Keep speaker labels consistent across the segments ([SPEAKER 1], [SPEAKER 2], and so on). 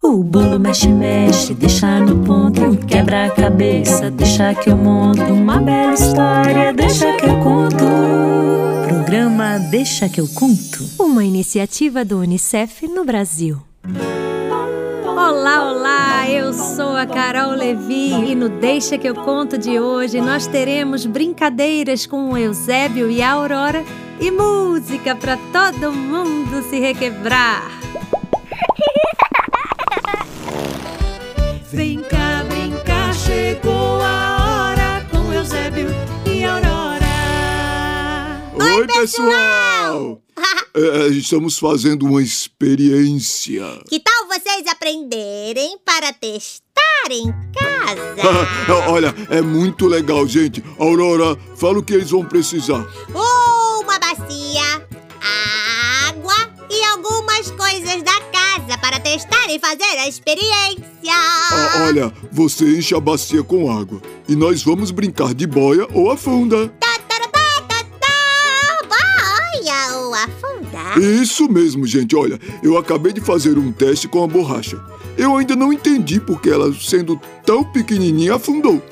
[SPEAKER 1] O bolo mexe, mexe, deixa no ponto. Quebra a cabeça, deixa que eu monto. Uma bela história, deixa que eu conto. Programa Deixa que eu conto.
[SPEAKER 2] Uma iniciativa do Unicef no Brasil. Olá, olá! Eu sou a Carol Levi e no Deixa que eu conto de hoje nós teremos brincadeiras com o Eusébio e a Aurora e música para todo mundo se requebrar.
[SPEAKER 3] Vem cá, brincar, chegou a hora com Eusébio e Aurora.
[SPEAKER 4] Oi, pessoal! É, estamos fazendo uma experiência.
[SPEAKER 5] Que tal vocês aprenderem para testar em casa?
[SPEAKER 4] Olha, é muito legal, gente. Aurora, fala o que eles vão precisar.
[SPEAKER 5] Uma bacia, água e algumas coisas da casa para testar e fazer a experiência.
[SPEAKER 4] Ah, olha, você enche a bacia com água e nós vamos brincar de boia ou afunda.
[SPEAKER 5] Tá, tá, tá, tá, tá, Boia ou afundar.
[SPEAKER 4] Isso mesmo, gente. Olha, eu acabei de fazer um teste com a borracha. Eu ainda não entendi porque ela, sendo tão pequenininha, afundou.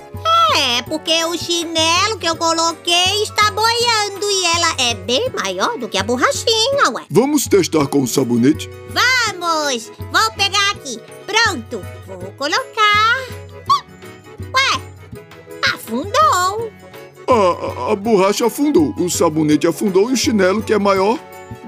[SPEAKER 5] É, porque o chinelo que eu coloquei está boiando e ela é bem maior do que a borrachinha, ué.
[SPEAKER 4] Vamos testar com o sabonete?
[SPEAKER 5] Vamos! Vou pegar aqui. Pronto. Vou colocar. Ué, afundou.
[SPEAKER 4] Ah, a, a borracha afundou, o sabonete afundou e o chinelo, que é maior,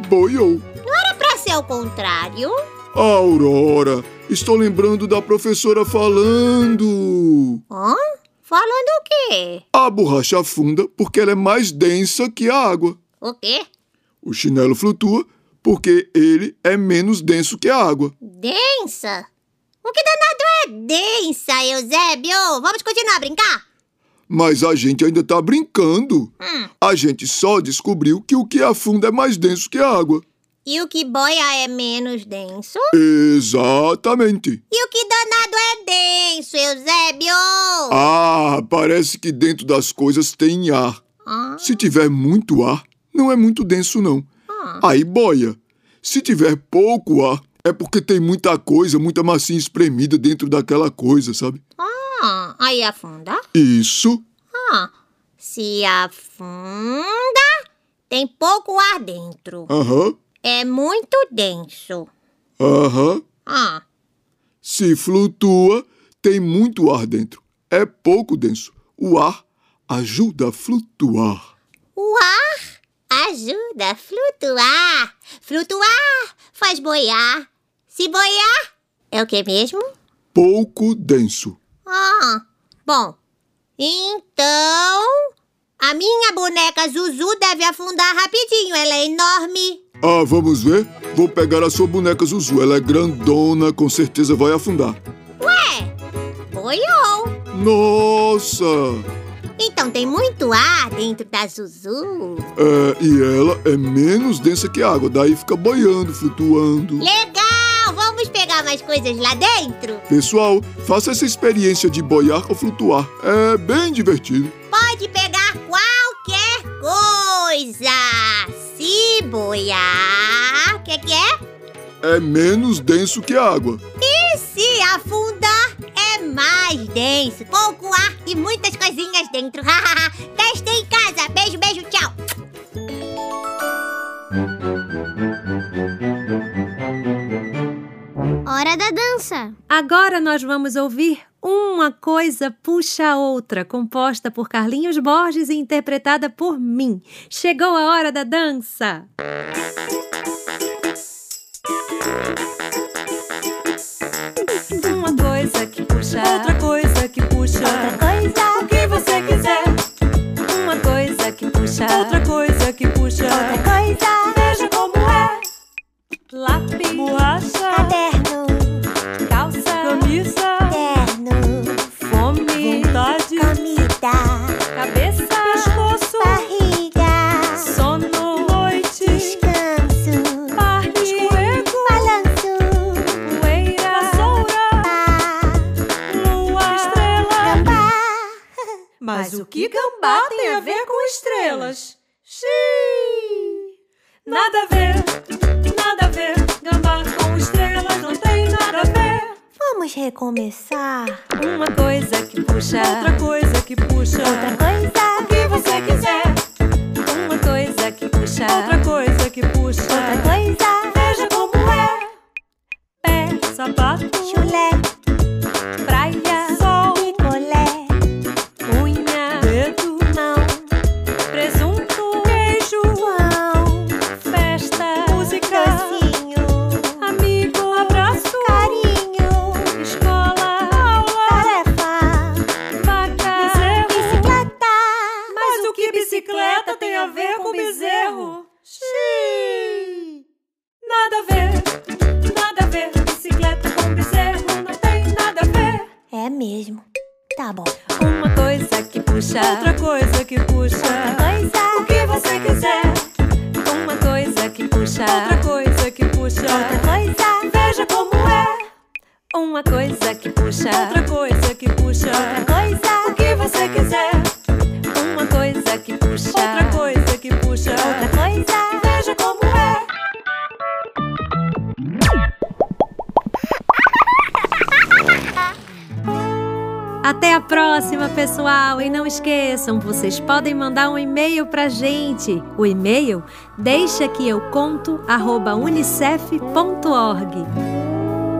[SPEAKER 4] boiou.
[SPEAKER 5] Era É pra ser o contrário.
[SPEAKER 4] Aurora, estou lembrando da professora falando.
[SPEAKER 5] Hã? Falando o quê?
[SPEAKER 4] A borracha afunda porque ela é mais densa que a água.
[SPEAKER 5] O quê?
[SPEAKER 4] O chinelo flutua porque ele é menos denso que a água.
[SPEAKER 5] Densa? O que danado é densa, Eusébio? Vamos continuar a brincar?
[SPEAKER 4] Mas a gente ainda tá brincando.
[SPEAKER 5] Hum.
[SPEAKER 4] A gente só descobriu que o que afunda é mais denso que a água.
[SPEAKER 5] E o que boia é menos denso?
[SPEAKER 4] Exatamente.
[SPEAKER 5] E o que danado é denso, Eusébio?
[SPEAKER 4] Ah, parece que dentro das coisas tem ar.
[SPEAKER 5] Ah.
[SPEAKER 4] Se tiver muito ar, não é muito denso, não. Aí boia. Se tiver pouco ar, é porque tem muita coisa, muita massinha espremida dentro daquela coisa, sabe?
[SPEAKER 5] Ah, aí afunda.
[SPEAKER 4] Isso.
[SPEAKER 5] Ah, se afunda, tem pouco ar dentro.
[SPEAKER 4] Aham.
[SPEAKER 5] É muito denso.
[SPEAKER 4] Aham.
[SPEAKER 5] Ah,
[SPEAKER 4] Se flutua, tem muito ar dentro. É pouco denso. O ar ajuda a flutuar.
[SPEAKER 5] o ar ajuda a flutuar. Flutuar faz boiar. Se boiar, é o que mesmo?
[SPEAKER 4] Pouco denso.
[SPEAKER 5] Ah, bom. Então, a minha boneca Zuzu deve afundar rapidinho. Ela é enorme.
[SPEAKER 4] Ah, vamos ver? Vou pegar a sua boneca Zuzu. Ela é grandona, com certeza vai afundar.
[SPEAKER 5] Boiou.
[SPEAKER 4] Nossa!
[SPEAKER 5] Então tem muito ar dentro da Zuzu.
[SPEAKER 4] É, e ela é menos densa que a água, daí fica boiando, flutuando.
[SPEAKER 5] Legal! Vamos pegar mais coisas lá dentro?
[SPEAKER 4] Pessoal, faça essa experiência de boiar ou flutuar. É bem divertido.
[SPEAKER 5] Pode pegar qualquer coisa! Se boiar, o que, que é?
[SPEAKER 4] É menos denso que a água.
[SPEAKER 5] E se afundar, é mais denso. Pouco ar e muitas coisinhas dentro. Testem em casa. Beijo, beijo, tchau.
[SPEAKER 6] Hora da dança.
[SPEAKER 2] Agora nós vamos ouvir Uma Coisa Puxa a Outra, composta por Carlinhos Borges e interpretada por mim. Chegou a hora da dança!
[SPEAKER 3] Uma coisa que puxa, outra coisa que puxa, outra coisa. O que você quiser. Uma coisa que puxa, outra coisa que puxa, outra coisa. Veja como é. Lápis, borracha,
[SPEAKER 6] Terno,
[SPEAKER 3] calça, camisa,
[SPEAKER 6] terno,
[SPEAKER 3] fome, vontade,
[SPEAKER 6] comida,
[SPEAKER 3] cabeça, pescoço,
[SPEAKER 6] barriga,
[SPEAKER 3] sono, noite,
[SPEAKER 6] descanso,
[SPEAKER 3] parque, escorrego,
[SPEAKER 6] balanço,
[SPEAKER 3] poeira, vassoura,
[SPEAKER 6] pá,
[SPEAKER 3] lua, estrela.
[SPEAKER 6] pá.
[SPEAKER 3] Mas o que gambá tem a ver com estrelas? Xiii! Nada a ver, nada a ver. Gambá com estrelas não tem nada a ver.
[SPEAKER 6] Vamos recomeçar.
[SPEAKER 3] Uma coisa que puxa, outra coisa que puxa,
[SPEAKER 6] Outra coisa.
[SPEAKER 3] o que você quiser. Uma coisa que puxa, outra coisa que puxa,
[SPEAKER 6] Outra coisa.
[SPEAKER 3] Veja como é. Pé, sapato,
[SPEAKER 6] Chulé,
[SPEAKER 3] praia, sol,
[SPEAKER 6] picolé,
[SPEAKER 3] unha, dedo,
[SPEAKER 6] mão,
[SPEAKER 3] presunto, queijo,
[SPEAKER 6] pão,
[SPEAKER 3] festa, música,
[SPEAKER 6] docinho,
[SPEAKER 3] amigo, abraço,
[SPEAKER 6] carinho,
[SPEAKER 3] escola, aula,
[SPEAKER 6] tarefa,
[SPEAKER 3] vaca, bezerro.
[SPEAKER 6] bicicleta.
[SPEAKER 3] Mas o que bicicleta tem a ver com bezerro? Xiii. Nada a ver, nada a ver. Bicicleta com bezerro não tem nada a ver.
[SPEAKER 6] É mesmo. Tá bom.
[SPEAKER 3] Uma coisa que puxa, outra coisa que puxa. O
[SPEAKER 6] Coisa.
[SPEAKER 3] que você quiser. Uma coisa que puxa, outra coisa que puxa.
[SPEAKER 6] Outra coisa.
[SPEAKER 3] Veja como é. Uma coisa que puxa, outra coisa que puxa.
[SPEAKER 6] Coisa.
[SPEAKER 3] O que você quiser. Uma coisa que puxa, outra coisa que puxa.
[SPEAKER 6] Outra coisa.
[SPEAKER 3] Veja como é. é.
[SPEAKER 2] Até a próxima, pessoal! E não esqueçam, vocês podem mandar um e-mail pra gente. O e-mail deixa que eu conto arroba unicef.org.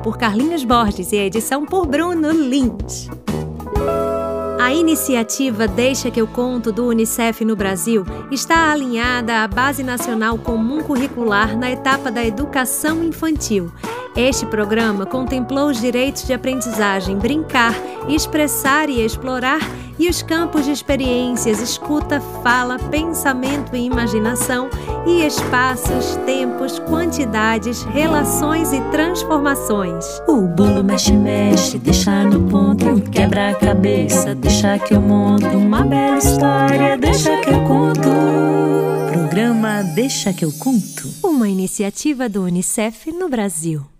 [SPEAKER 2] por Carlinhos Borges e a edição por Bruno Lins. A iniciativa Deixa que eu conto do Unicef no Brasil está alinhada à Base Nacional Comum Curricular na etapa da educação infantil. Este programa contemplou os direitos de aprendizagem, brincar, expressar e explorar e os campos de experiências, escuta, fala, pensamento e imaginação e espaços, tempos, quantidades, relações e transformações.
[SPEAKER 1] O bolo mexe, mexe, deixa no ponto. Quebra a cabeça, deixa que eu monto. Uma bela história, deixa que eu conto. Programa Deixa que eu conto.
[SPEAKER 2] Uma iniciativa do Unicef no Brasil.